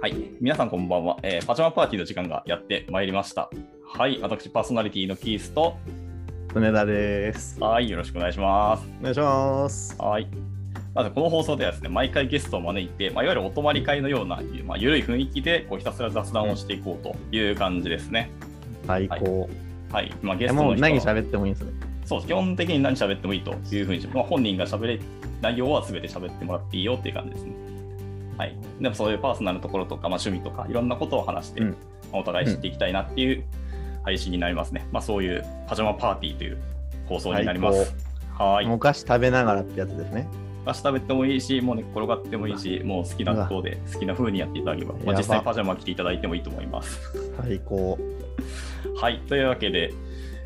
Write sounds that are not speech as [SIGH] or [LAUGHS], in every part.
はい、皆さんこんばんは、えーパジャマパーティーの時間がやってまいりました。はい、私パーソナリティのキースと、船田です。はい、よろしくお願いします。お願いします。はい。まずこの放送ではですね、毎回ゲストを招いて、まあ、いわゆるお泊まり会のような、まあ、緩い雰囲気でこうひたすら雑談をしていこうという感じですね。最高。はい、まあ、ゲえストものう人は何喋ってもいいんですね。そうです基本的に何喋ってもいいというふうに、まあ、本人が喋れ内容は全て喋ってもらっていいよっていう感じですね。はい、でもそういうパーソナルなところとか、まあ、趣味とかいろんなことを話して、うんまあお互い知っていきたいなっていう配信になりますね。まあ、そういうパジャマパーティーという放送になります。はい。もうお菓子食べながらってやつですね。明日食べてもいいし、もう寝っ転がってもいいし、もう好きなことで好きな風にやっていただければ、まあ、やば実際パジャマ着ていただいてもいいと思います。最高。はい、というわけで、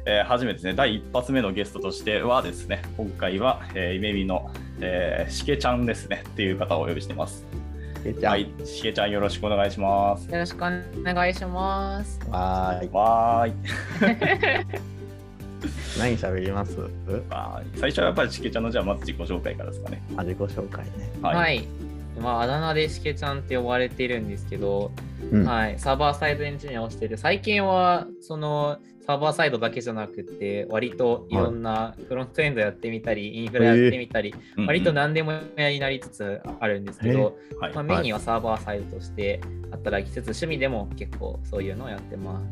えー初めてですね、第一発目のゲストとしてはですね、今回は、えー、イメミの、えーしけちゃんですね、っていう方をお呼びしてます。えちゃん。はい、しけちゃんよろしくお願いします。よろしくお願いします。はーい。わーい。何喋りますわーい最初はやっぱりしけちゃんの、じゃあまず自己紹介からですかね。あ自己紹介ね。はい、はい。まあ、あだ名でしけちゃんって呼ばれてるんですけど、うんはい、サーバーサイドエンジニアをしてる。最近は、その、サーバーサイドだけじゃなくて、割といろんなフロントエンドやってみたり、インフラやってみたり、うんうん割と何でもやりになりつつあるんですけど、はいまあ、メインはサーバーサイドとして働きつつ、趣味でも結構そういうのをやってま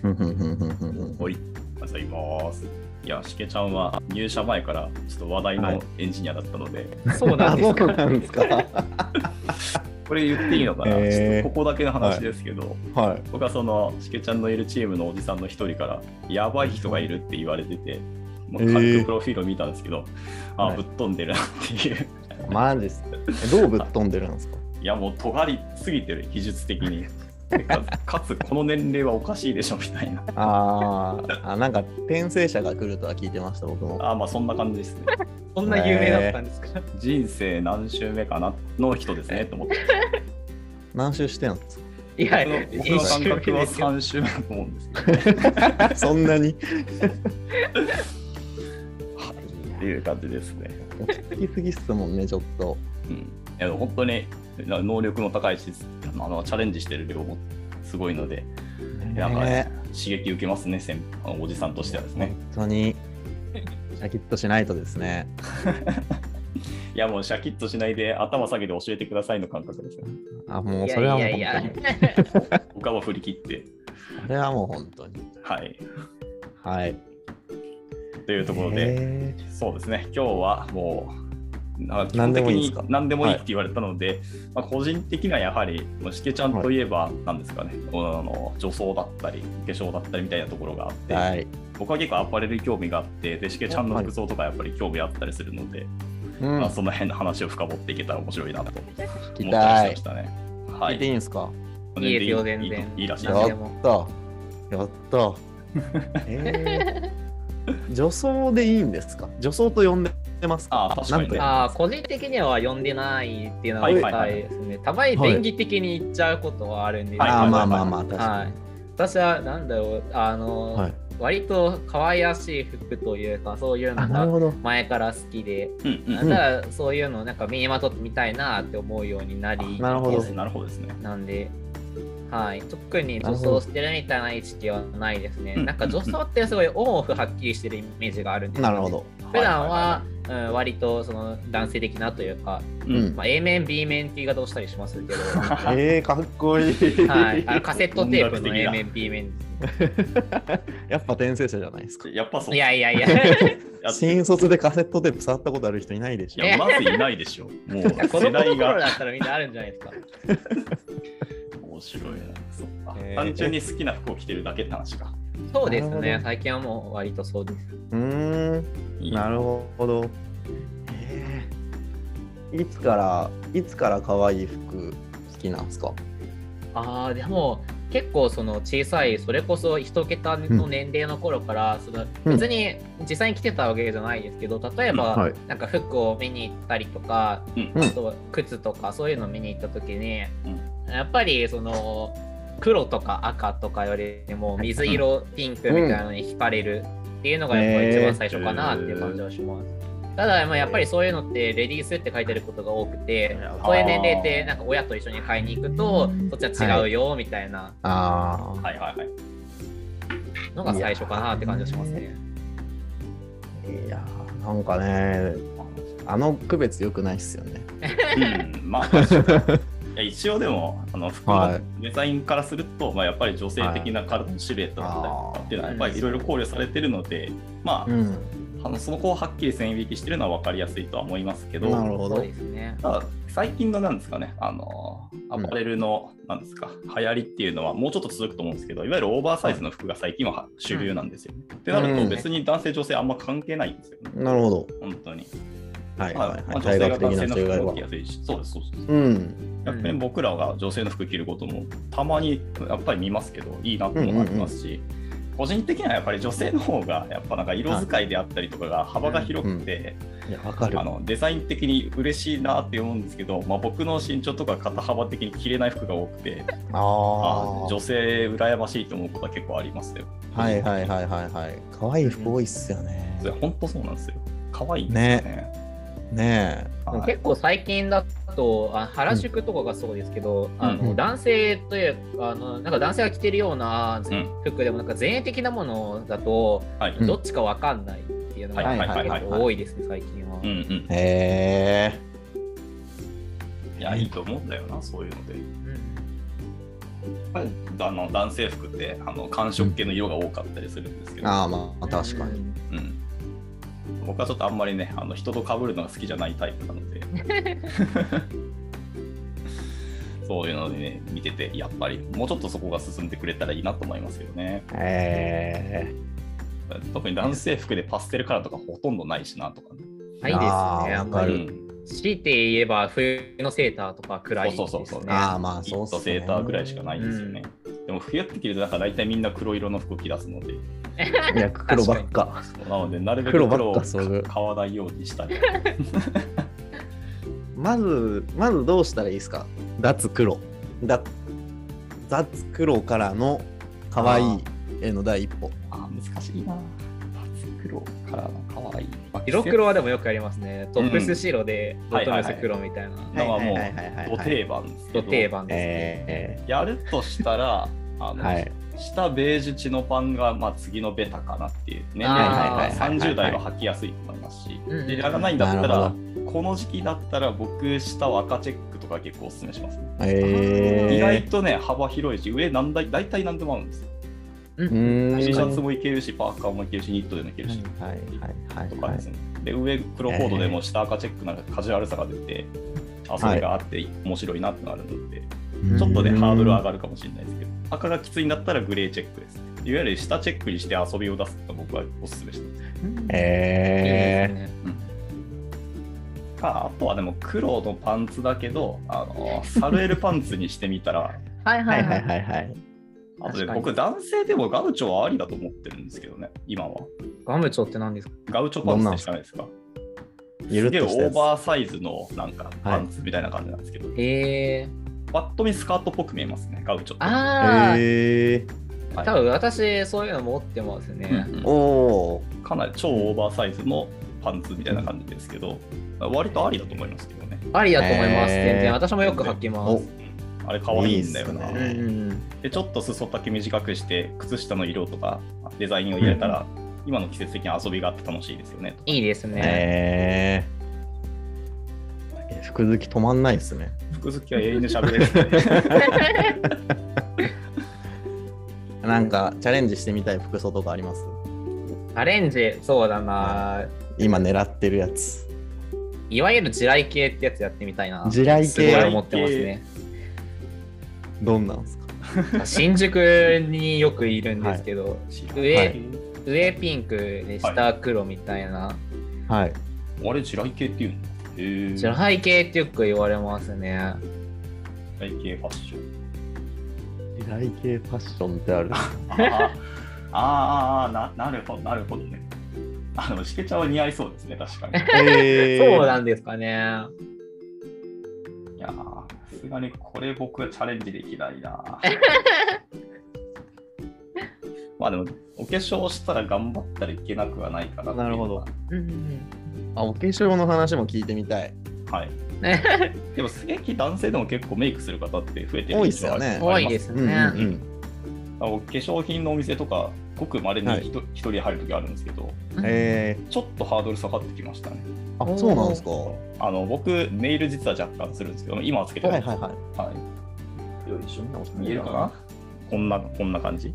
す。うんうんうんうんうんうんはい、ありがとうございます。いや、しけちゃんは入社前からちょっと話題はのいエンジニアだったので、そうなんです [LAUGHS] あそうか。なんですか。 [LAUGHS] これ言っていいのかな、ちょえーっとここだけの話ですけど、はい。僕はそのしけちゃんのいるチームのおじさんの一人からやばい人がいるって言われてて、もう軽くプロフィールを見たんですけど、あはいぶっ飛んでるなっていう、マジっす。えどうぶっ飛んでるんですかい、やもう尖りすぎてる技術的にかかつこの年齢はおかしいでしょみたいなあーあ、なんか転生者が来るとは聞いてました、僕も。あまあそんな感じですねそんな有名だったんですか。人生何周目かなの人ですねと思って何周してんですいや、僕の僕一の感周覚は3周目目ですよだと思うんですけどかそん [LAUGHS] なにっていう感じですね落ち着きすぎっすもんね、ちょっと。うん、いや本当にな能力の高いしあのチャレンジしてる量もすごいのでなんかね刺激受けますね先あのおじさんとしてはですね本当にシャキッとしないとですね。いやもうシャキッとしないで頭下げて教えてくださいの感覚ですねあ、もうそれはもう本当に。いやいやいや他は振り切ってあれはもう本当に。はいはい。というところで、で。そうですね今日はもうな何でもいい基ですか本的に何でもいいっはいて言われたので、まあ、個人的にはやはりもうしけちゃんといえば何ですかね、あの女装だったり化粧だったりみたいなところがあって、はい。僕は結構アパレルに興味があって、でしけちゃんの服装とかやっぱり興味あったりするので、うんまあ、その辺の話を深掘っていけたら面白いなと思ったり聞してきまたいし。たね。は聞いていい。いんですかいいですよ全いい然といいらしいやでっす何たで。もやった。 [LAUGHS] えー、女装でいいんですか女装と呼んでますかあ確かにねなんあー個人的には呼んでないっていうのがはいではいかはいいですね。たまに便宜的に言っちゃうことはあるんですあけはいど、はいはいあーまあまあまあ、確はかい、私はなんだろう、あの、に。はい。割と可愛らしい服というか、そういうあ、のなるがほど。前から好きで、うんうんだからそういうのをなんか身にまとってみたいなって思うようになり、なるほどなるほどですね。なんで、はい、特になる女ほど装してるみたいな意識はないですね。うんなんか女装ってすごいオンオフはっきりしてるイメージがあるんですよなねるほど。普段はは、うん、割とその男性的なというか、いはいはい、ううんん。まあ、A 面 B 面 T 型をしたりします [LAUGHS] けど、えー、かっこいい。はい、あのカセットテープ音楽の的 A な面 B 面でやっぱ転生者じゃないですか。やっぱそすう。ね。いやいやいや、 [LAUGHS] や新卒でカセットテープ触ったことある人いないでしいょ。やまずいないでしょ。もう子供世の代頃がだったらみんなあるんじゃないですか。面白いな。そっかえー単純に好きな服を着てるだけって話か。そうですなるほねど、最近はもう割とそうです。うーん。いいなるほど。えーいつから、いつから可愛い服好きなんですかああ、でも結構その小さい、それこそ一桁の年齢の頃から、そのうん別に実際に着てたわけじゃないですけど、例えば、はいなんか服を見に行ったりとか、うんあと靴とかそういうのを見に行った時に、うやっぱりその黒とか赤とかよりも水色、ピンクみたいなのに惹かれるっていうのがやっぱ一番最初かなっていう感じはします。ただ、まあ、やっぱりそういうのって、レディースって書いてることが多くて、そういう年齢って、なんか親と一緒に買いに行くと、そっちは違うよ、みたいなああ。はいはいはい。のが最初かなって感じがしますね。いやーなんかね、あの区別良くないっすよね。うん、まあ、いや一応でも、あの服はのいデザインからすると、まあ、やっぱり女性的な体のシルエットだったりとかっていうのは、あやーっぱりいろいろ考慮されてるので、まうん。あ、あのそこをはっきり線引きしてるのは分かりやすいとは思いますけど、なるほそうどで。すね。ただ最近のなんですかね、あのアパレルの、なんですか、流行りっていうのはもうちょっと続くと思うんですけど、いわゆるオーバーサイズの服が最近は主流なんですよね。ってなるうと、ん別に男性、女性あんま関係ないんですよね、なるほど。本当に。はいまあはいまあはい。女性大が学的男性のな違い服をは着や。すいし、そうです、そうです。うん。逆に僕らが女性の服着ることもたまにやっぱり見ますけどいいなともありますし、個人的にはやっぱり女性の方がやっぱなんか色使いであったりとかが幅が広くて、いや、わかるあ。のデザイン的に嬉しいなって思うんですけど、まあ、僕の身長とか肩幅的に着れない服が多くてああー女性羨ましいと思うことは結構ありますよ。あ。はいはいはいはいはい。可愛い服多いっすよねそ。れ本当そうなんですよ。可愛いんですよね。ねえ。はい結構最近だとあ原宿とかがそうですけど、あうんうのん男性というあのなんか男性が着てるようなうん服でもなんか前衛的なものだとはい。うんどっちかわかんないっていうのがはいはいはいはい結構多いですね最近はうん。うん。へえ。いや、いいと思うんだよな、そういうので。うんあの男性服ってあの寒色系の色が多かったりするんですけど、ああ、まあ確かに。。うん、僕はちょっとあんまりねあの人と被るのが好きじゃないタイプなので [LAUGHS] そういうのでね見ててやっぱりもうちょっとそこが進んでくれたらいいなと思いますよねへえ。特に男性服でパステルカラーとかほとんどないしなとかね、ないですね。あーあわんまかうるり。ん、強いて言えば冬のセーターとか暗いですね。そうそうそうそうああ、まあニそうっッすねト。セーターぐらいしかないんですよね、でも冬って着るとなんか大体みんな黒色の服着出すのでいや、黒ばっか。なのでなるべく黒ばっ黒をかそういう買わないようにしたりまず、まずどうしたらいいですか脱黒。だ脱黒からの可愛いへの第一歩。あー難 [LAUGHS] しいな。脱黒からの可愛い。まあ白黒はでもよくありますね。トップス白で、んボトムス黒みたいはな。いはもう季節うの定番ですけどド定番ですね。えやるとしたら、あー [LAUGHS] の、はい。下ベージュチノパンが、まあ、次のベタかなっていう。年齢はいがはいはいはいはい30代は履きやすいと思いますし、うんうんで、やらないんだったならる、この時期だったら僕、下は赤チェックとか結構おすすめしますね、えー、意外とね、幅広いし、上なんだ、大体何でも合うんですよ。うんうーん T シャツもいけるし、パーカーもいけるし、ニットでもいけるし。はいはいはいとはかいですね。で、上黒コードでも下赤チェックなんかカジュアルさが出て、遊びがあって面白いなってなるので、ちょっとね、ハードル上がるかもしれないですけど、赤がきついんだったらグレーチェックですね。いわゆる下チェックにして遊びを出すのが僕はおすすめしてます。いいですえねああとはでも黒のパンツだけど、あのサルエルパンツにしてみたら、はいー、ははいいははいい。はいはいあと [LAUGHS] 確でかに僕、男性でもガウチョはありだと思ってるんですけどね、今は。ガムチョって何ですかガウチョパンツでしかないですか。ゆするっげえオとしたやーつバーサイズのなんかパンツみたいな感じなんですけど、えー、パッと見スカートっぽく見えますね、ガウチョって。あー、えはい多分私そういうの持ってますね。うんー、おーかなり超オーバーサイズのパンツみたいな感じですけど、割とありだと思いますけどね。ありだと思います、えー全然。私もよく履きまおす。あれ可愛いんだよな。いいっすねうんうんで、ちょっと裾丈短くして、靴下の色とかデザインを入れたら、今の季節的な遊びがあって楽しいですよね。いいですね。えー、え服好き止まんないですね服好きは永遠に喋れる、ね。 [LAUGHS] なんかチャレンジしてみたい服装とかありますチャレンジ、そうだな。今狙ってるやついわゆる地雷系ってやつやってみたいな。地雷すごい系思ってます [LAUGHS] ね。どんなんですか新宿によくいるんですけど、上、はい上ピンクで下黒みたいな、はいあれ、地雷系っていうのへー地雷系ってよく言われますね。地雷系ファッション。地雷系ファッションってあるあーあーあーな、なるほど、なるほどね。あの、しけちゃんは似合いそうですね、確かに。 [LAUGHS] えそうだなんですかね。いやーさすがにこれ僕はチャレンジできない [LAUGHS] な。まあでも、お化粧したら頑張ったらいけなくはないかなっていうのがなるほどうんうんあ、お化粧の話も聞いてみたい。 [LAUGHS] はい。でも最近男性でも結構メイクする方って増えてる多いっすよね印象あ多りいますですうんうんうね。ん。あの化粧品のお店とかごくまれにはいひと一人入る時あるんですけどえちょっとハードル下がってきましたねー、おあ、ーそうなんですか。あの僕ネイル実は若干するんですけど今はつけてはないいはいはい。はいよいしょ見え見えるるかかななこんなこんな感じ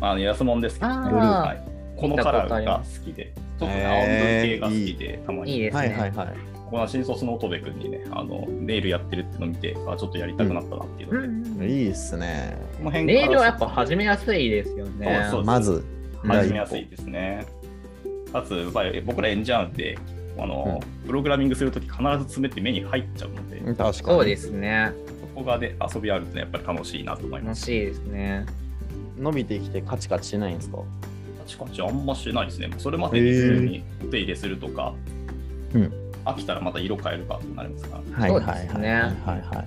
あの安物ですけど、あねーはい、このカラーが見たことありま好きでちょっとね青緑系が好きで、たまいいにですはいはいね。はい。この新卒の乙部君にねあのネイルやってるってのを見てあちょっとやりたくなったなっていうので、いいっすね。この辺からレールはやっぱ始めやすいですよね。そうですまず、始めやすいですね。かつ、まあ僕らエンジニアなんで、あのプログラミングするとき必ず爪って目に入っちゃうので、確かに。そうですね。そこがで遊びあるとねやっぱり楽しいなと思いま楽す。しいですね。伸びてきてカチカチしないんですかカチカチあんましないですね。それまでに普通にお手入れするとか、うん飽きたらまた色変えるかってなりますから、はいいははいいはいはいはいは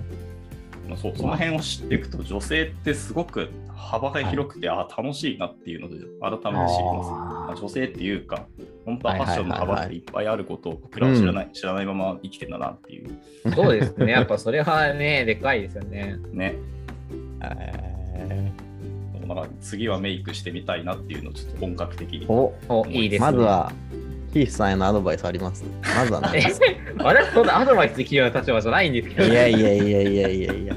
まあ、そその辺を知っていくと、女性ってすごく幅が広くて、ああ、楽しいなっていうので、改めて知ります。まあ女性っていうか、本当はファッションの幅っていっぱいあることを僕らは知らない、知らないまま生きてんだなっていうそうですね。やっぱそれはね、でかいですよね。ね、い。えなんか次はメイクしてみたいなっていうのをちょっと本格的にー。。おお、いいですね。まず [LAUGHS] は、キースさんへのアドバイスありますまずは何え [LAUGHS] ですあれそんなアドバイスできるような立場じゃないんですけかど。 [LAUGHS] いやいやいやいやいやいや。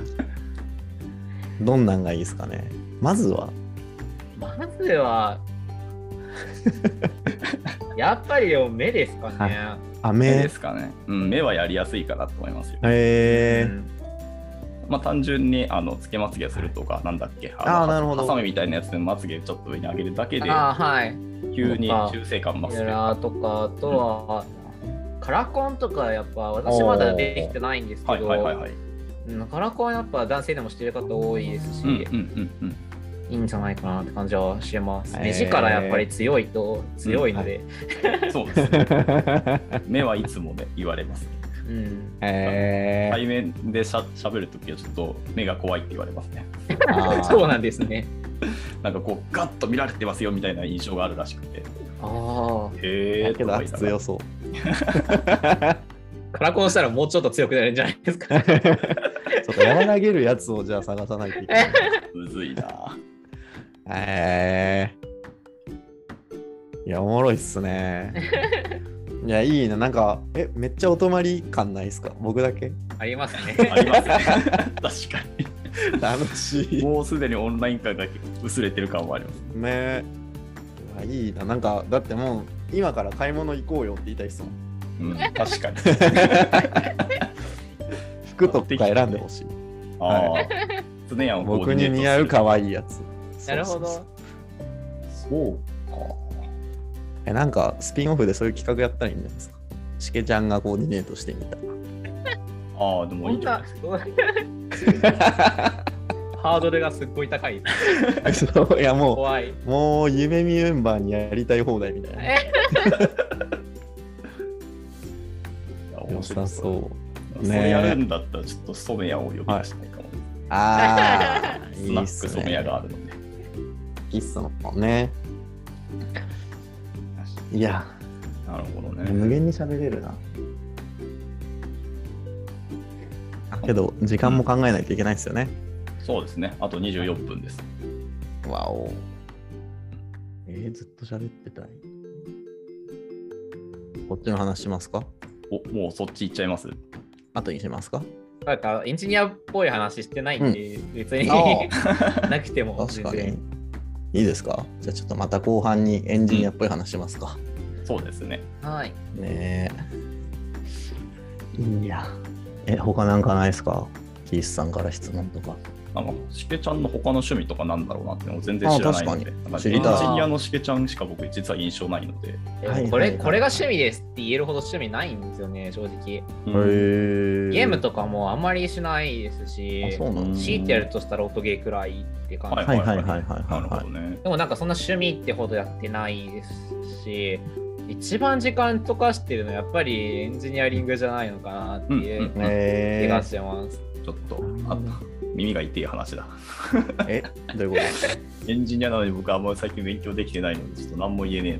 どんなんがいいですかねまずは、まずは、やっぱりでも目ですかね。あ目でめ、すかね、うん、目はやりやすいかなと思いますよ。えうー、んまあ、単純にあのつけまつげするとか、なんだっけ、あーのなるほどハサミみたいなやつでまつげちょっと上に上げるだけで、ああ、はい。急にそうか中性感増ミすララーとか、あとは、カラコンとかやっぱ私まだできてないんですけはいど、はいはいはい。うんカラコンはやっぱ男性でもしてる方多いですし、うんうんうんいいんじゃないかなって感じはしてます。えー目力やっぱり強いと強いので、うん。そうですね。目はいつもね、言われます。うん [LAUGHS] え対面でしゃべるときはちょっと目が怖いって言われますね。あーそうなんですね。なんかこう、ガッと見られてますよみたいな印象があるらしくて。ああ、へえだーけとどか言いながら。圧強そう。カラコンしたらもうちょっと強くなるんじゃないで [LAUGHS] すか。ちょっと和らげるやつをじゃあ探さないといけない。むずいな。えー、いや、おもろいっすね。いや、いいな。なんか、え、めっちゃお泊まり感ないっすか僕だけありますね。ありますね。確かに。楽しい。ねもうすでにオンライン感が薄れてる感もあります。え。いやいいな。なんか、だってもう、今から買い物行こうよって言いたいっすもうん。ん、確かに。服とか選んでほしい。ああ。常やんをコーデ僕ィネートすにる似合う。可愛いやつ。 [LAUGHS] なるほそうそうそどう。。そうか。え、なんか、スピンオフでそういう企画やったらいいんじゃないですか。しけちゃんがコーディネートしてみた。ああ、でもこいいんんじゃなないハードルがすっごい高い。 [LAUGHS] そういや、も怖い。う、もう、夢見メンバーにやりたい放題みたいな。良さそう。うそれやるんだったら、ちょっと染谷を呼び出したいかも。あ [LAUGHS] あ、いスナいッっクす染谷ね。があるので。いいっすもんね。いや、なるほどね。無限に喋れるな。けど、時間も考えないといけないですよね。そうですね。あと24分です。わお。えー、ずっと喋ってたい。こっちの話しますかお、もうそっち行っちゃいます。後にしますかなんかエンジニアっぽい話してないんで、別に [LAUGHS] なくても確全かに然。。いいですかじゃあちょっとまた後半にエンジニアっぽい話しますか。そうですね。はい。ねえ。いや。え、他なんかないですかキースさんから質問とか。あの、しけちゃんの他の趣味とかなんだろうなっていうのを全然知らないので、あ確かになんか知エンジりニたいアのしけちゃんしか僕実は印象ないので、ではいもこれ、はいはいこれが趣味ですって言えるほど趣味ないんですよね、正直。うんーゲームとかもあんまりしないですし、あ、そうなんです強いてやるとしたら音ゲーくらいって感じ。はいはいはいはいはいはいなるほはどね。でもなんかそんな趣味ってほどやってないですし、一番時間溶かしてるのはやっぱりエンジニアリングじゃないのかなってうんいううんい。気えがしてます。ちょっと、あ耳が痛い話だ。ー、え、どういうことですかエンジニアなのに僕はあんまり最近勉強できてないので、ちょっと何も言えねえな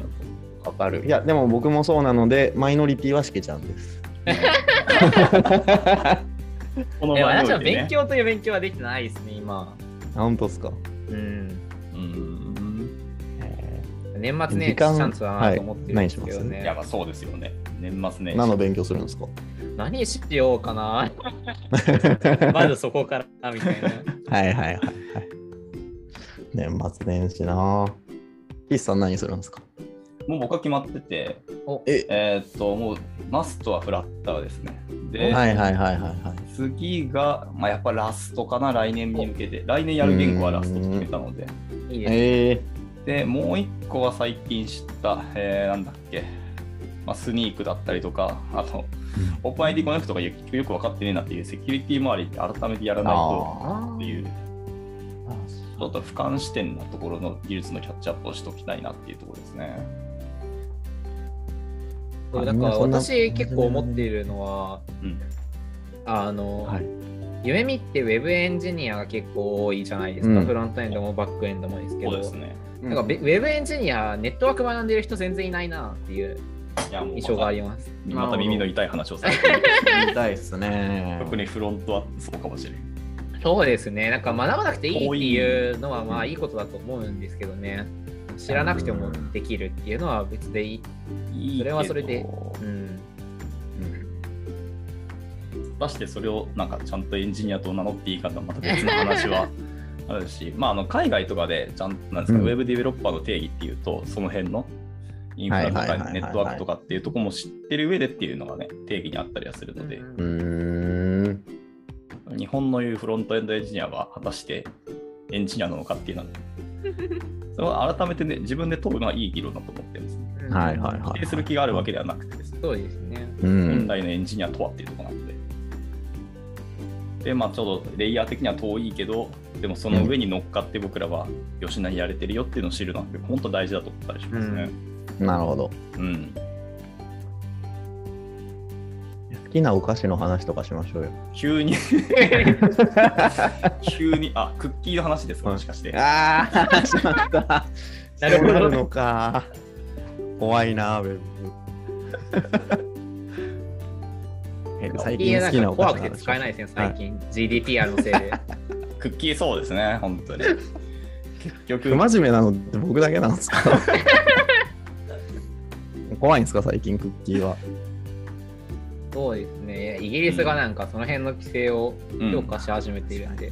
と。わかる。いや、でも僕もそうなので、マイノリティはしけちゃんです。このえ前に私おはいて勉ね。強という勉強はできてないですね、今。あ本当ですか。うん。うん。年末年時始チ間ャンスだなと思ってるんですけどね。いや、まあそうですよね。年末年何の始。勉強するんですか何しようかなまはずそこからみたいな。いはいはいはい。年末年始なぁ。岸さん何するんですかもう僕は決まってて、ええーっと、もうマストはフラッターですね。で、はいはいはいはいはい。次が、まあ、やっぱラストかな、来年に向けて。来年やる言語はラストって決めたので。いいですね。ええで、もう一個は最近知った、えー、なんだっけ、まあ、スニークだったりとか、あと、オープン ID コネクトがよくよく分かってねえなっていうセキュリティ周りって改めてやらないとあっていう、ちょっと俯瞰視点なところの技術のキャッチアップをしておきたいなっていうところですね。そうあだからみんなそんな私結構思っているのは、うんあの、はい夢見ってウェブエンジニアが結構多いじゃないですか、うんフロントエンドもバックエンドもですけそうど、ですね。なんかベウェブエンジニア、ネットワーク学んでる人全然いないなっていういやもう印象があまります。たまた耳の痛い話をされて [LAUGHS] る、見たいっすね。特にフロントはそうかもしれん。そうですね、なんか学ばなくていいっていうのはまあいいことだと思うんですけどね、知らなくてもできるっていうのは別でいい。いいそれはそれでけどうん果たしてそれをなんかちゃんとエンジニアと名乗っていいかとはまた別の話 [LAUGHS] はあるし、まあ、あの海外とかでちゃんとなんですか、うんウェブディベロッパーの定義っていうとその辺のインフラとはいはいはいはいかはいネットワークとかっていうところも知ってる上でっていうのがね定義にあったりはするので、うーん。日本のいうフロントエンドエンジニアは果たしてエンジニアなのかっていう [LAUGHS] のはそれは改めてね自分で問うのはいい議論だと思ってるんですねうんはいはいは否い。定する気があるわけではなくてですねそうですね。うん本。来のエンジニアとはっていうところなので。で、まあ、ちょっとレイヤー的には遠いけど、でもその上に乗っかって僕らは吉成やれてるよっていうのを知るのは本当大事だと思ったりしますね。なるほど。うん。好きなお菓子の話とかしましょうよ。急 [LAUGHS] に、急に、あ、クッキーの話ですか、はいもしかして。ああ、しまった。なるほどそうなるのか。怖いな、ウェブ。え最いや近な好んきかなお菓怖子のくて話使えないですね、最近。GDPR のせいで。クッキーそうですね、本当に。結局、不真面目なのって僕だけなん [LAUGHS] ですか怖いんですか最近クッキーは。そうですね。イギリスがなんかその辺の規制をうん強化し始めているんで、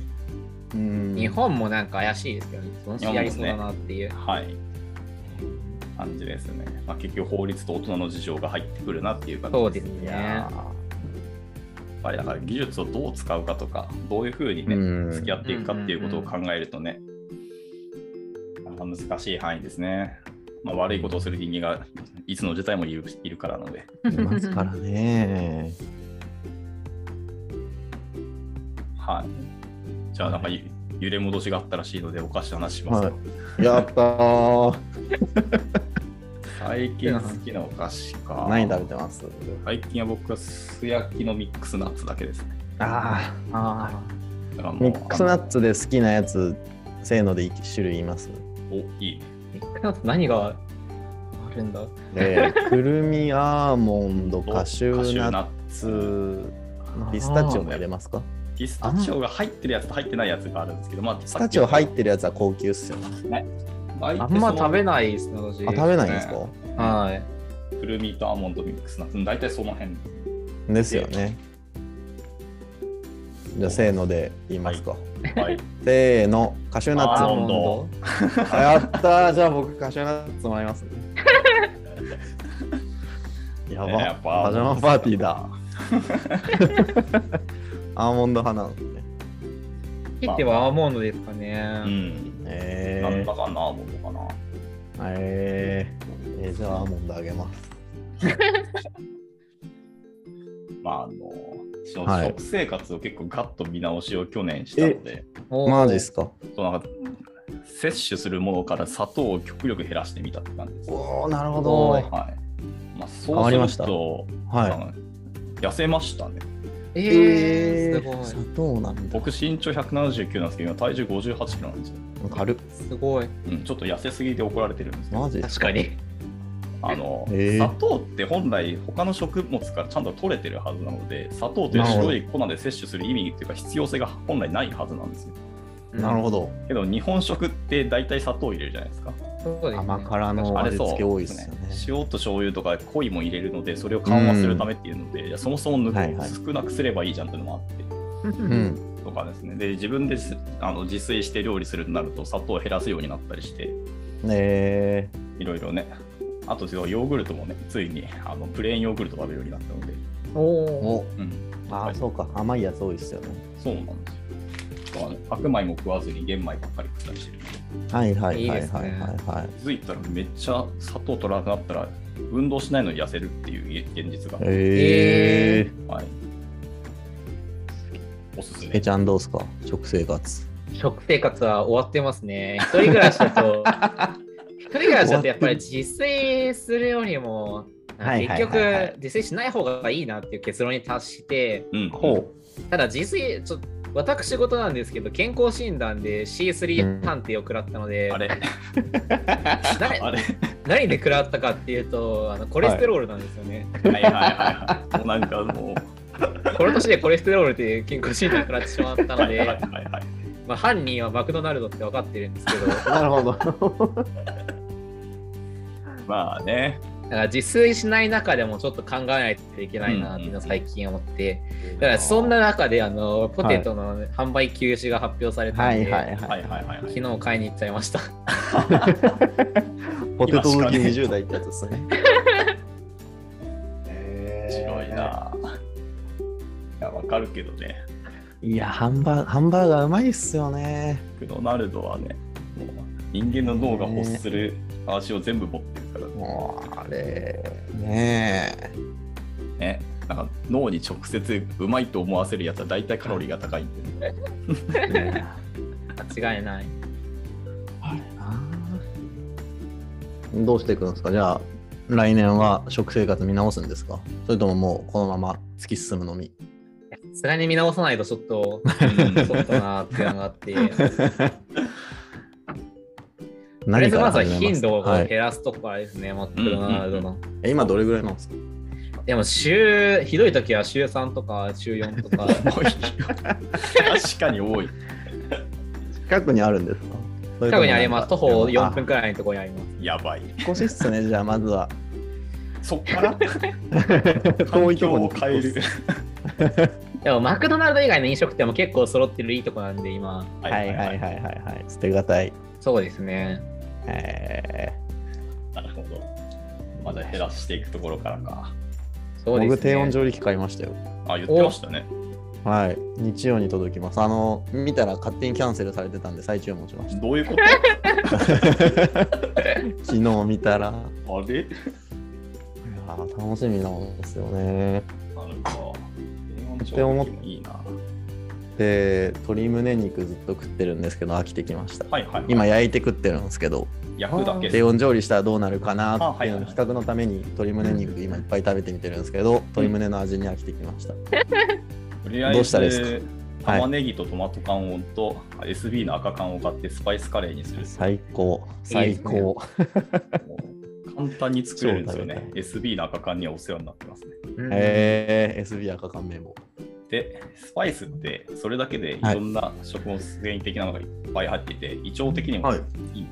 うん日本もなんか怪しいですけどね、そのうちやりそうだなっていう。はい。感じですね。まあ、結局、法律と大人の事情が入ってくるなっていう感じそうですいねや。やっぱりだから技術をどう使うかとか、どういうふうにね、うん付き合っていくかっていうことを考えるとね、なかなか難しい範囲ですね。まあ、悪いことをする人間がいつの時代もいるいるからなので、ーいますからね。はい。じゃあ、なんかゆ揺れ戻しがあったらしいので、おかしい話しますよ。やったー。最近好きなお菓子か。何食べてます最近は僕は素焼きのミックスナッツだけですね。ああだからあ。もうミックスナッツで好きなやつ、せーので一種類言いますおいいね。あ。何があるんだえーくるみアーモンドカシューナッツ。ツピスタチオも入れますかピスタチオが入ってるやつと入ってないやつがあるんですけど、まあ、ピピスタチオ入ってるやつは高級っすよねああんま食べないですね、私。あ食べないんですかはい。くるみとアーモンドミックスナッツ、うん大体その辺。ですよねじゃあせーので言いますかはい。 [LAUGHS] せーのカシューナアッーモンドツあやったーじゃあ僕カシューナッツもらいますねやばねやっぱパジャマパーティーだアーモンド派なんですね切ってはアーモンドですかね。うん。えなーんだかな、アーモンドかな。えー、えーじゃあアーモンドあげます。まあ、あの、そのはい食生活を結構ガッと見直しを去年したので、おーマジっすかそうなんか摂取するものから砂糖を極力減らしてみたって感じです。はおおなるほどど。い。まあ、変わりそうまするしたと、はうん痩せましたね。えい。ー、すえごーい。砂糖なんだ。僕、身長179なんですけど、今体重58キロなんですよ。軽っ。すごい。うん、ちょっと痩せすぎて怒られてるんですけどマジっす確かに。ああの、えー砂糖って本来他の食物からちゃんと取れてるはずなので砂糖という白い粉で摂取する意味っていうか必要性が本来ないはずなんですよなるほど。けど日本食って大体砂糖入れるじゃないですかそうですね甘辛のあれ味そう付け多いですよね。塩と醤油とか濃いも入れるのでそれを緩和するためっていうので、いやそもそも抜く、はいはい少なくすればいいじゃんっていうのもあってうん。とかですねで自分ですあの自炊して料理するとなると砂糖を減らすようになったりしてえいろいろねあとそうヨーグルトもねついにあのプレーンヨーグルトを食べるようになったので、おー、おおうん、ああ、そうか。甘いやつ多いですよね。そうなんですよだからね白米も食わずに玄米ばっかり食ったりしてるのではいはいいいはいですねはいはいはい。気づいたらめっちゃ砂糖取らなくなったら運動しないのに痩せるっていう現実が、ええー。はい、おすすめえちゃんどうすか食生活。食生活は終わってますね。一人暮らしだと、一人暮らしだとやっぱり自炊するよりも、はい結はい局はいはい自炊しない方がいいなっていう結論に達して、うん、ただ自炊、ちょっと私事なんですけど、健康診断で C3 判定を食らったので、あれなあれ何で食らったかっていうと、あのコレステロールなんですよね。はいはいはいはいもうなんかもこの年でコレステロールっていう健康診断を食らってしまったうのはいはいはでい、はいまあ、犯人はマクドナルドって分かってるんですけど、だかなる [LAUGHS] ほど。まあねら自炊しない中でもちょっと考えないといけないなっていうのを最近思って、だからそんな中であのポテトの販売休止が発表されたはのいで、はいはははいはいいはい昨日買いに行っちゃいました。 [LAUGHS] い。ポテト好き20代ってやつです [LAUGHS] ね。え白いな。いや、わかるけどね。いやハンバーハンバーガーうまいっすよね。マクドナルドはね、もう人間の脳が欲する味を全部持ってるからねもうあれねえ。ね。なんか脳に直接うまいと思わせるやつは大体カロリーが高いんで、ね、いや間違いない。あれなどうしていくんですかじゃあ来年は食生活見直すんですかそれとももうこのまま突き進むのみさすがに見直さないとちょっと、ちょっとなーっていうのがあって、とりあえ何ずかまらずは始めます頻度をはい減らすとこからですね、マクドナルドの。え今どれぐらいなんですかでも週、ひどい時は週3とか週4とか。多いよ確かに多い。近くにあるんですか近くにあります。徒歩4分くくらいのところにあります。やばい。らい。引っ越しっすね、じゃあまず [LAUGHS] は。そっから遠環いと境ころを変える。。でも、マクドナルド以外の飲食店も結構揃ってるいいとこなんで、今。はいはいはいはいはい。捨てがたい。そうですね。えなるほど。まだ減らしていくところからか。そうですね。僕、低温調理器買いましたよ。あ、言ってましたね。はい。日曜に届きます。あの、見たら勝手にキャンセルされてたんで、再注文しましどういうことた。昨日見たら。いあれやー楽しみなんですよね。なるほど。って思っいいな。で、鶏胸肉ずっと食ってるんですけど、飽きてきました。はいはい。今、焼いて食ってるんですけど、焼くだけ低温調理したらどうなるかなっていうのあはいはいのはい比較のために鶏胸肉今いっぱい食べてみてるんですけど、鶏胸の味に飽きてきました。とりあえずどうしたらいいですはい玉ねぎとトマト缶をと、SB の赤缶を買ってスパイスカレーにする。最高、いいで最すね高。もう簡単に作れるんですよそうね食。 SB の赤缶にはお世話になってますね。うんえー、SB 赤缶メモ。で、スパイスってそれだけでいろんな食物繊維的なのがいっぱい入っていて、胃腸的にもはいいいんですよね。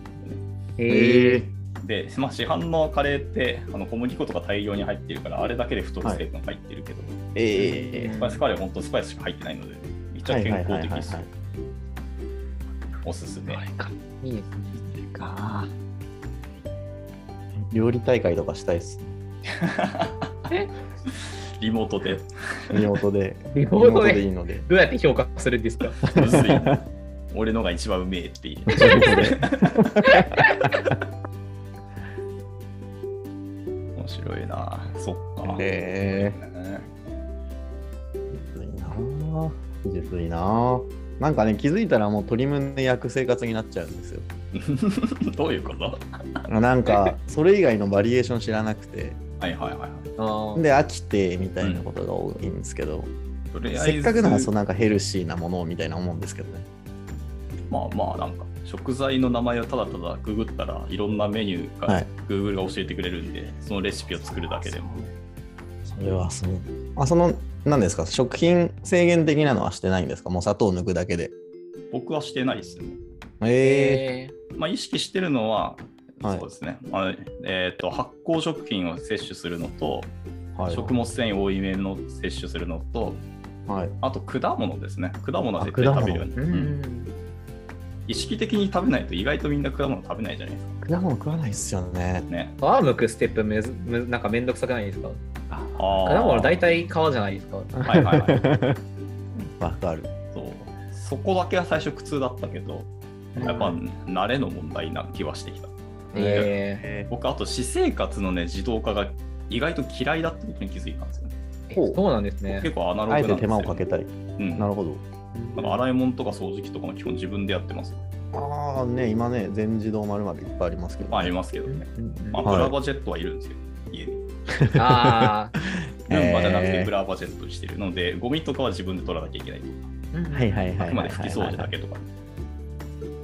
へーで、まあ、市販のカレーってあの小麦粉とか大量に入ってるから、あれだけで太る成分入ってるけど、ええスパイスカレーは本当スパイスしか入ってないので、めっちゃ健康的ですよ。おすすめ。いいですね。か。料理大会とかしたい [LAUGHS] っす。リモートで。リモートで。リモートでいい [LAUGHS] ので。どうやって評価するんですかむずい [LAUGHS] な俺のが一番うめえっていう。 [LAUGHS] 面白いな。そっか。ええずいなぁ。ずるいなぁ。なんかね、気づいたらもう鶏胸焼く生活になっちゃうんですよ。 [LAUGHS] どういうことはな [LAUGHS] んか、それ以外のバリエーション知らなくて、いはいはいはい。あーで、飽きてみたいなことが多いんですけど、とりあえずせっかくならそうなんかヘルシーなものをみたいな思うんですけどね。まあまあなんか食材の名前をただただググったらいろんなメニューはがい Google が教えてくれるんでそのレシピを作るだけでもそれはそう。あ、その、何ですか食品制限的なのはしてないんですかもう砂糖抜くだけで。僕はしてないですね、えええまあ、意識してるのははいそうですね、あのえー、と発酵食品を摂取するのと、はい。食物繊維多いめの摂取するのとはい。あと果物ですね果物は絶対あ果食べるよ物うに、ーううんん。意識的に食べないと意外とみんな果物食べないじゃないですか果物食わないっすよね。 [LAUGHS] ね皮むくステップむずむなんかめんどくさくないですかあ果物大体体皮じゃないですか。はいはいはいわかる。そうそこだけは最初苦痛だったけどやっぱ慣れの問題な気はしてきたええ僕あと私生活のね自動化が意外と嫌いだってことに気づいたんですよねーほうそうなんですね。結構アナログあなんえですよ、て手間をかけたり。うん、ななんるほど。か洗い物とか掃除機とかも基本自分でやってますああね、今ね、全自動丸までいっぱいありますけど、まあありますけどね、まあ、はいブラバジェットはいるんですよ家にああ。ルンバじゃなくてえーブラバジェットにしてるので、ゴミとかは自分で取らなきゃいけないとはいはいあはいくまはいはいはいはい。で拭き掃除だけとか、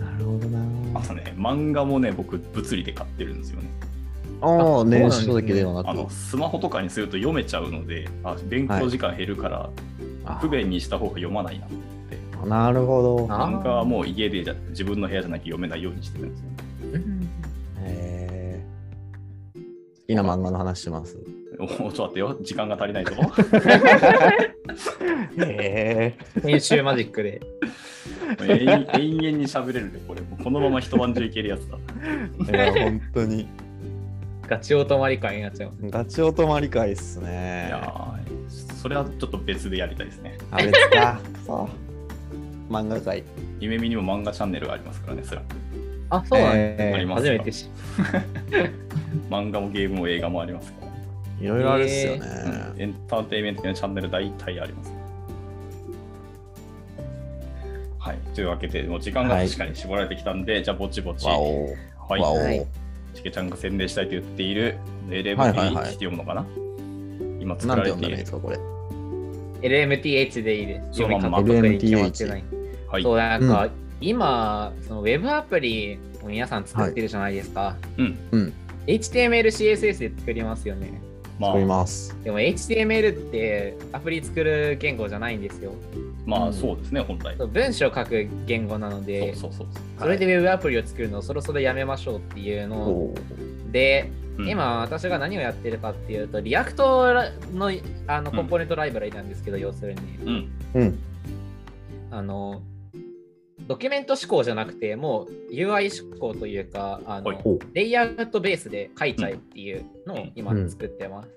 なるほどなあとね漫画もね僕物理で買ってるんですよねああ、そうなんね、ですね書籍ではなあのく。スマホとかにすると読めちゃうのであ勉強時間減るからあ不便にした方が読まないななるほど。あー漫画はもう家でじゃ自分の部屋じゃなきゃ読めないようにしてるんですようんへー好きな漫画の話します。おちょっと待ってよ時間が足りない [LAUGHS] ぞへえ。編集マジックで。永遠永遠に喋れるねこれもうこのまま一晩中いけるや [LAUGHS] つだいや、本当に。ガチお泊まり会になっちゃいます。ガチお泊まり会っすいね。やーそれはちょっと別でやりたいですねあれですか。そう。漫画会。夢見にも漫画チャンネルがありますからねスラックあ、そうなんですえーあります初かめて知っ漫画もゲームも映画もありますから、いろいろあるっすよね。うんエンターテインメントのチャンネル大体ありますはいというわけでもう時間が確かに絞られてきたんで、じゃあぼちぼちわお。はいわお。はいしげちゃんが宣伝したいと言っている LMH はいはいはいって読むのかな、今作なんらてれてい読んだらいるいですか、これ。て。LMTH でいいです。そのまんま読み方特に決まってない。はいそうう、なんか、今、そのウェブアプリを皆さん作ってるじゃないですか。ん HTML、CSS で作りますよね。ま作りあます。でも HTML ってアプリ作る言語じゃないんですよ。まうあんそうですね本来そそう文章を書く言語なのでう、そうそうそれでウェブアプリを作るのをそろそろやめましょうっていうおのおー。で、うん今私が何をやってるかっていうと、リアクトのあのうんコンポーネントライブラリなんですけど、要するに、うんうん。あの、ドキュメント思考じゃなくて、もう UI 思考というか、あはいのほう。レイアウトベースで書いちゃえっていうのを今作ってます。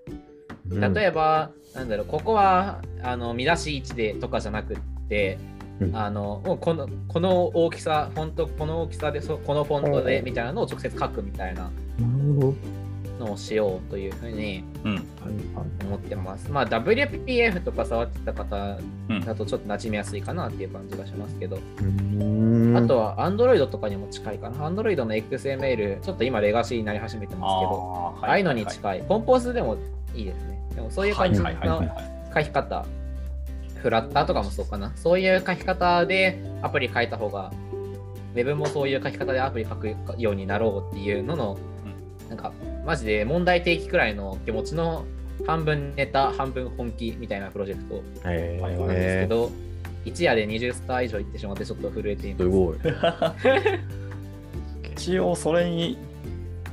例ええば、なんだろう、ここはあの見出し1でとかじゃなくって、うんあのもうこのこの大きさ、フォント、この大きさで、そうこのフォントでみたいなのを直接書くみたいなば。なるほど。のをしようというふうにうん思ってます。まあ、WPF とか触ってた方うんだとちょっと馴染みやすいかなっていう感じがしますけど、うんあとは Android とかにも近いかな。Android の XML、ちょっと今レガシーになり始めてますけど、あーああいうのに近い。コンポーズでもいいですね。でもそういうはい感じはいはいはのいはい書き方、フラッターとかもそうかな。そういう書き方でアプリ書いた方が、ウェブもそういう書き方でアプリ書くようになろうっていうのの、なんか、マジで問題提起くらいの気持ちの半分ネタ、半分本気みたいなプロジェクトえあれなんですけー、ど、一夜で20スター以上行ってしまってちょっと震えていますす。ごい。一応それに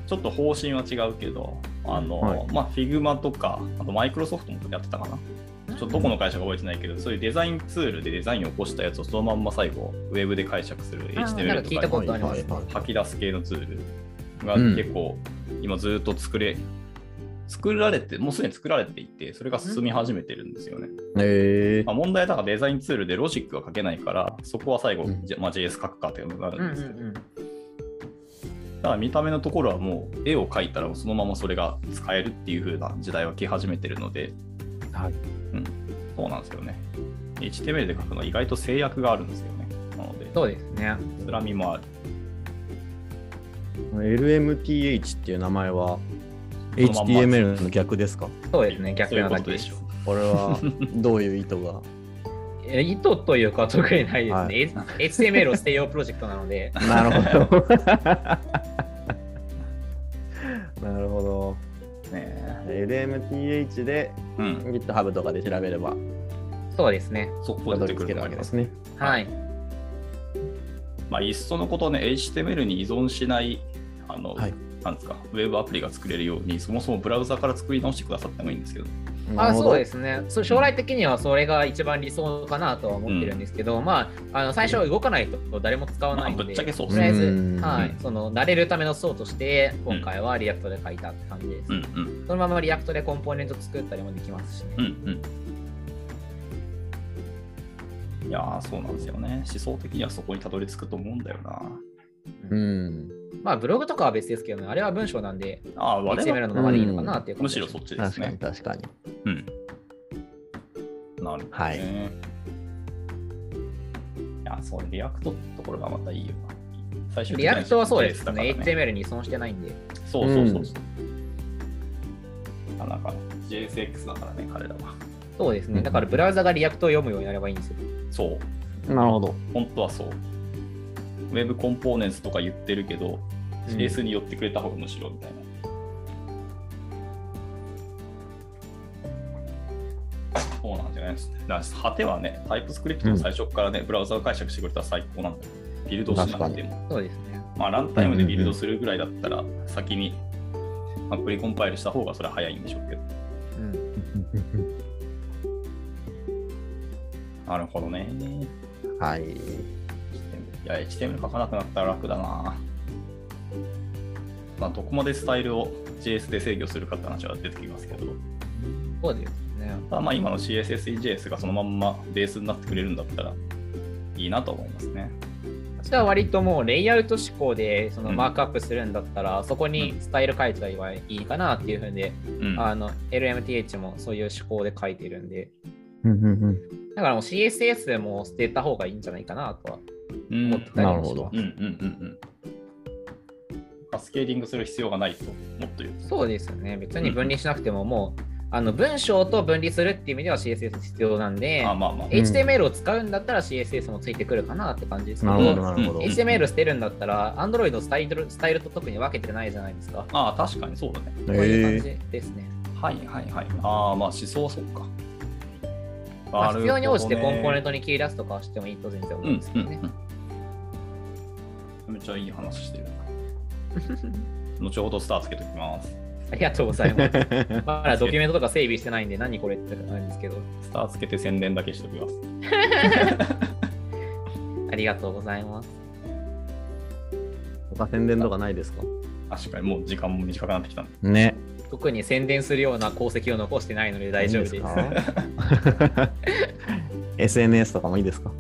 ちょっと方針は違うけどあの、はいまあ Figma とかあとマイクロソフトもやってたかなちょっとどこの会社か覚えてないけど、そういうデザインツールでデザインを起こしたやつをそのまんま最後、ウェブで解釈するあーなん HTML か聞いたとこかとあります。はいはい吐き出す系のツールがうん結構、今ずっと作れ、作られて、もうすでに作られていて、それが進み始めてるんですよね。えまあ、問題はだからデザインツールでロジックが書けないから、そこは最後、うんじゃまあ、JS 書くかっていうのがあうんるうんんですけど、うんただ見た目のところはもう絵を描いたらそのままそれが使えるっていう風な時代は来始めてるので、はいうん、そうなんですよね HTML で書くのは意外と制約があるんですよねなのでそうですね。つらみもあるー、LMTH っていう名前はそのまんま HTML の逆ですかそうですね、逆そういうなこだとけ [LAUGHS] ででしすょ。これはどういう意図がえ意図というか特にないですね。HTML を捨てようプロジェクトなの [LAUGHS] で。なるほど。 [LAUGHS] なるほど。ね LMTH でうん GitHub とかで調べればそうですね。速攻たで出てどりくる着けと思るわいけまですすね。はい。まあ、いっそのことね、HTML に依存しない、あの、はいなんですか、ウェブアプリが作れるように、そもそもブラウザから作り直してくださってもいいんですけど、なあるほそうどですねそう将来的にはそれが一番理想かなとは思ってるんですけど、まあ、あの最初は動かないと誰も使わないんまで、あぶっちゃけそうでとすりあねえうんず、はいうん、その慣れるための層として、今回はリアクトで書いたって感じです。うんうん、そのままリアクトでコンポーネント作ったりもできますしね。うん、うん。いやー、そうなんですよね。思想的にはそこにたどり着くと思うんだよな。うん。まあ、ブログとかは別ですけどね、あれは文章なんで、ああ、我々 HTML はのままでいいのかなっていう感むじしでろすそっちで確すかにね。確かに。うん。なるほど、ね。はいや、そう、リアクトってところがまたいいよな。最終的にリアクトはそうですね JS だから HTML に依存してないんで。そうそうそうそう。あなんか JSX だからね、彼らは。そうですうね。んだからブラウザがリアクトを読むようになればいいんですよ。そう、なるほど。本当はそう。ウェブコンポーネンツとか言ってるけど、うん JS に寄ってくれた方がむしろみたいな。そうなんじゃないですね。だから果てはね、タイプスクリプトの最初からね、ブラウザを解釈してくれたら最高なんだよ。ビルドしなくても。そうですね。まあ、ランタイムでビルドするぐらいだったら、先に、まあ、プリコンパイルした方がそれは早いんでしょうけど。うん。なるほどね。 [LAUGHS] はい。いや、HTML 書かなくなったら楽だな。まあ、どこまでスタイルを JS で制御するかって話は出てきますけど、そうですね。ただまあ今の CSSEJS がそのまんまベースになってくれるんだったらいいなと思いますね。私は割ともうレイアウト思考でそのうんマークアップするんだったら、そこにスタイル書いてたばいいかなっていうふうで、うん。あの LMTH もそういう思考で書いてるんで、うんうんうんだからもう CSS も捨てた方がいいんじゃないかなとはうん、うん思ってたりもします。なるほうんうんうんうん。スケーリングする必要がないと、もっと言うと。そうですよね。別に分離しなくてももう、あの文章と分離するっていう意味では CSS 必要なんで、あまあまあ。ん HTML を使うんだったら CSS もついてくるかなって感じですけなど、るほど、なるほど。うん HTML 捨てるんだったら、Android のスタイルスタイルと特に分けてないじゃないですか。ああ、確かにそうだね。こういう感じですね。はいはいはい。ああ、まあ思想はそっか。まあ、必要に応じてなるほコどねンポーネントに切り出すとかはしてもいいと全然思ううんんですうけんどね。うん。めっちゃいい話してる。後ほどスターつけときます。ありがとうござい [LAUGHS] ます。まだドキュメントとか整備してないんで、何これってなるんですけど、スターつけて宣伝だけしておきます。ありがとうございます。他宣伝とかないですか確かにもう時間も短くなってきたんで。ね。特に宣伝するような功績を残してないので大丈夫です。いいか [LAUGHS] SNS とかもいい [LAUGHS] ですか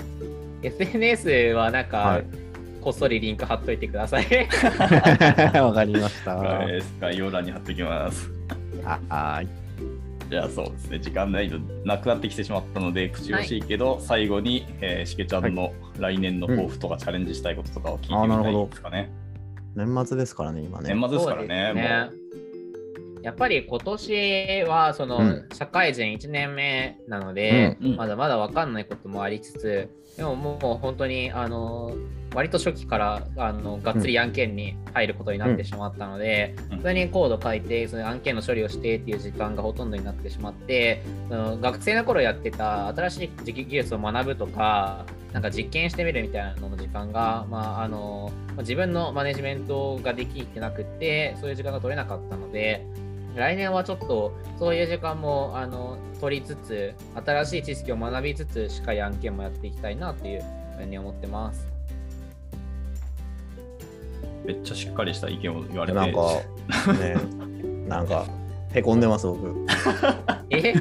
SNS はなんか、はいこっそりリンク貼っといてください。わかりました。はい、概要欄に貼っておきます。あはい。じゃあそうですね、時間ないのなくなってきてしまったので、口惜しいけど、最後に、えーしげちゃんの来年の抱負とかチャレンジしたいこととかを聞いてあーなみるたほどいですかね。年末ですからね、今ね。年末ですからそね、うですねやっぱり今年はその、うん社会人1年目なので、うんうんまだまだ分かんないこともありつつでももう本当にあの割と初期からあのがっつり案件に入ることになってしまったので、うん普通にコード書いてその案件の処理をしてっていう時間がほとんどになってしまってその学生の頃やってた新しい技術を学ぶとかなんか実験してみるみたいなのの時間が、まあ、あの自分のマネジメントができてなくてそういう時間が取れなかったので来年はちょっとそういう時間もあの取りつつ新しい知識を学びつつしっかり案件もやっていきたいなというふうに思って [LAUGHS] ます。もうめっちゃしっかりした意見を言われて、なんか、ね、なんか、へこんでます、僕。え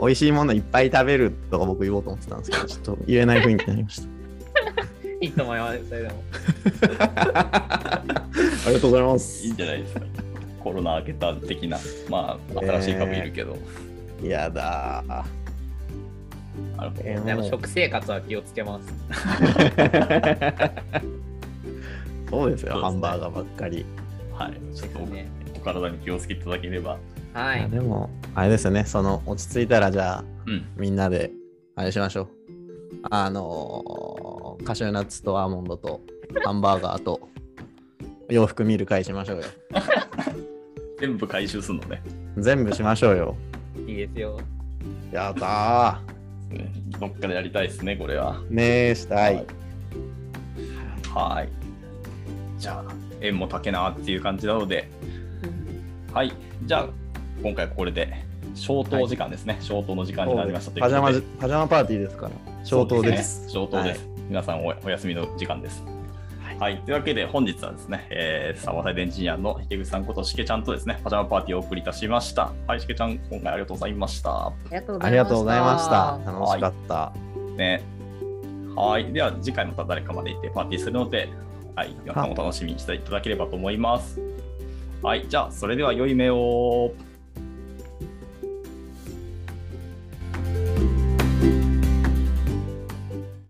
美味しいものいっぱい食べるとか僕言おうと思ってたんですけ [LAUGHS] ど、ちょっと言えない雰囲気になりました。いいと思いますそれでも。ありがとうございまいいんす。じゃないですか。コロナ明けた的な、まあ、新しい株いるけど、やだー。なるほどえーでも食生活は気をつけます。そうですよ、そうですねハンバーガーばっかり。はい、ちょっとお,、ね体に気をつけていただければ、はいやい。でも、あれですよね、その落ち着いたら、じゃあ、うん、みんなであれしましょう。あのーカシューナッツとアーモンドとハンバーガーと洋服見る会しましょうよ。全部回収するのね。全部しましょうよ。いいですよ。やったどっかでやりたいですね、これは。ー。ねえ、したい。はい。じゃあ、縁も竹なっていう感じなので、はい。じゃあ、今回これで、消灯時間ですね。消灯の時間になりましたというこパとジで。ャマじパジャマパーティーですから。消灯です。そうね消灯です。皆さんおお休みの時間です。はい、というわけで本日はですね、えー、サバサイドエンジニアの池口さんことしけちゃんとですね、パジャマパーティーをお送りいたしました。はい、しけちゃん、今回ありがとうございました。りがとうございました。ありがとうございました。楽はしいかった。ね。はい、では次回また誰かまで行ってパーティーするので、はい、皆さんお楽しみにしていただければと思います。はい、じゃあ、それでは良い目を。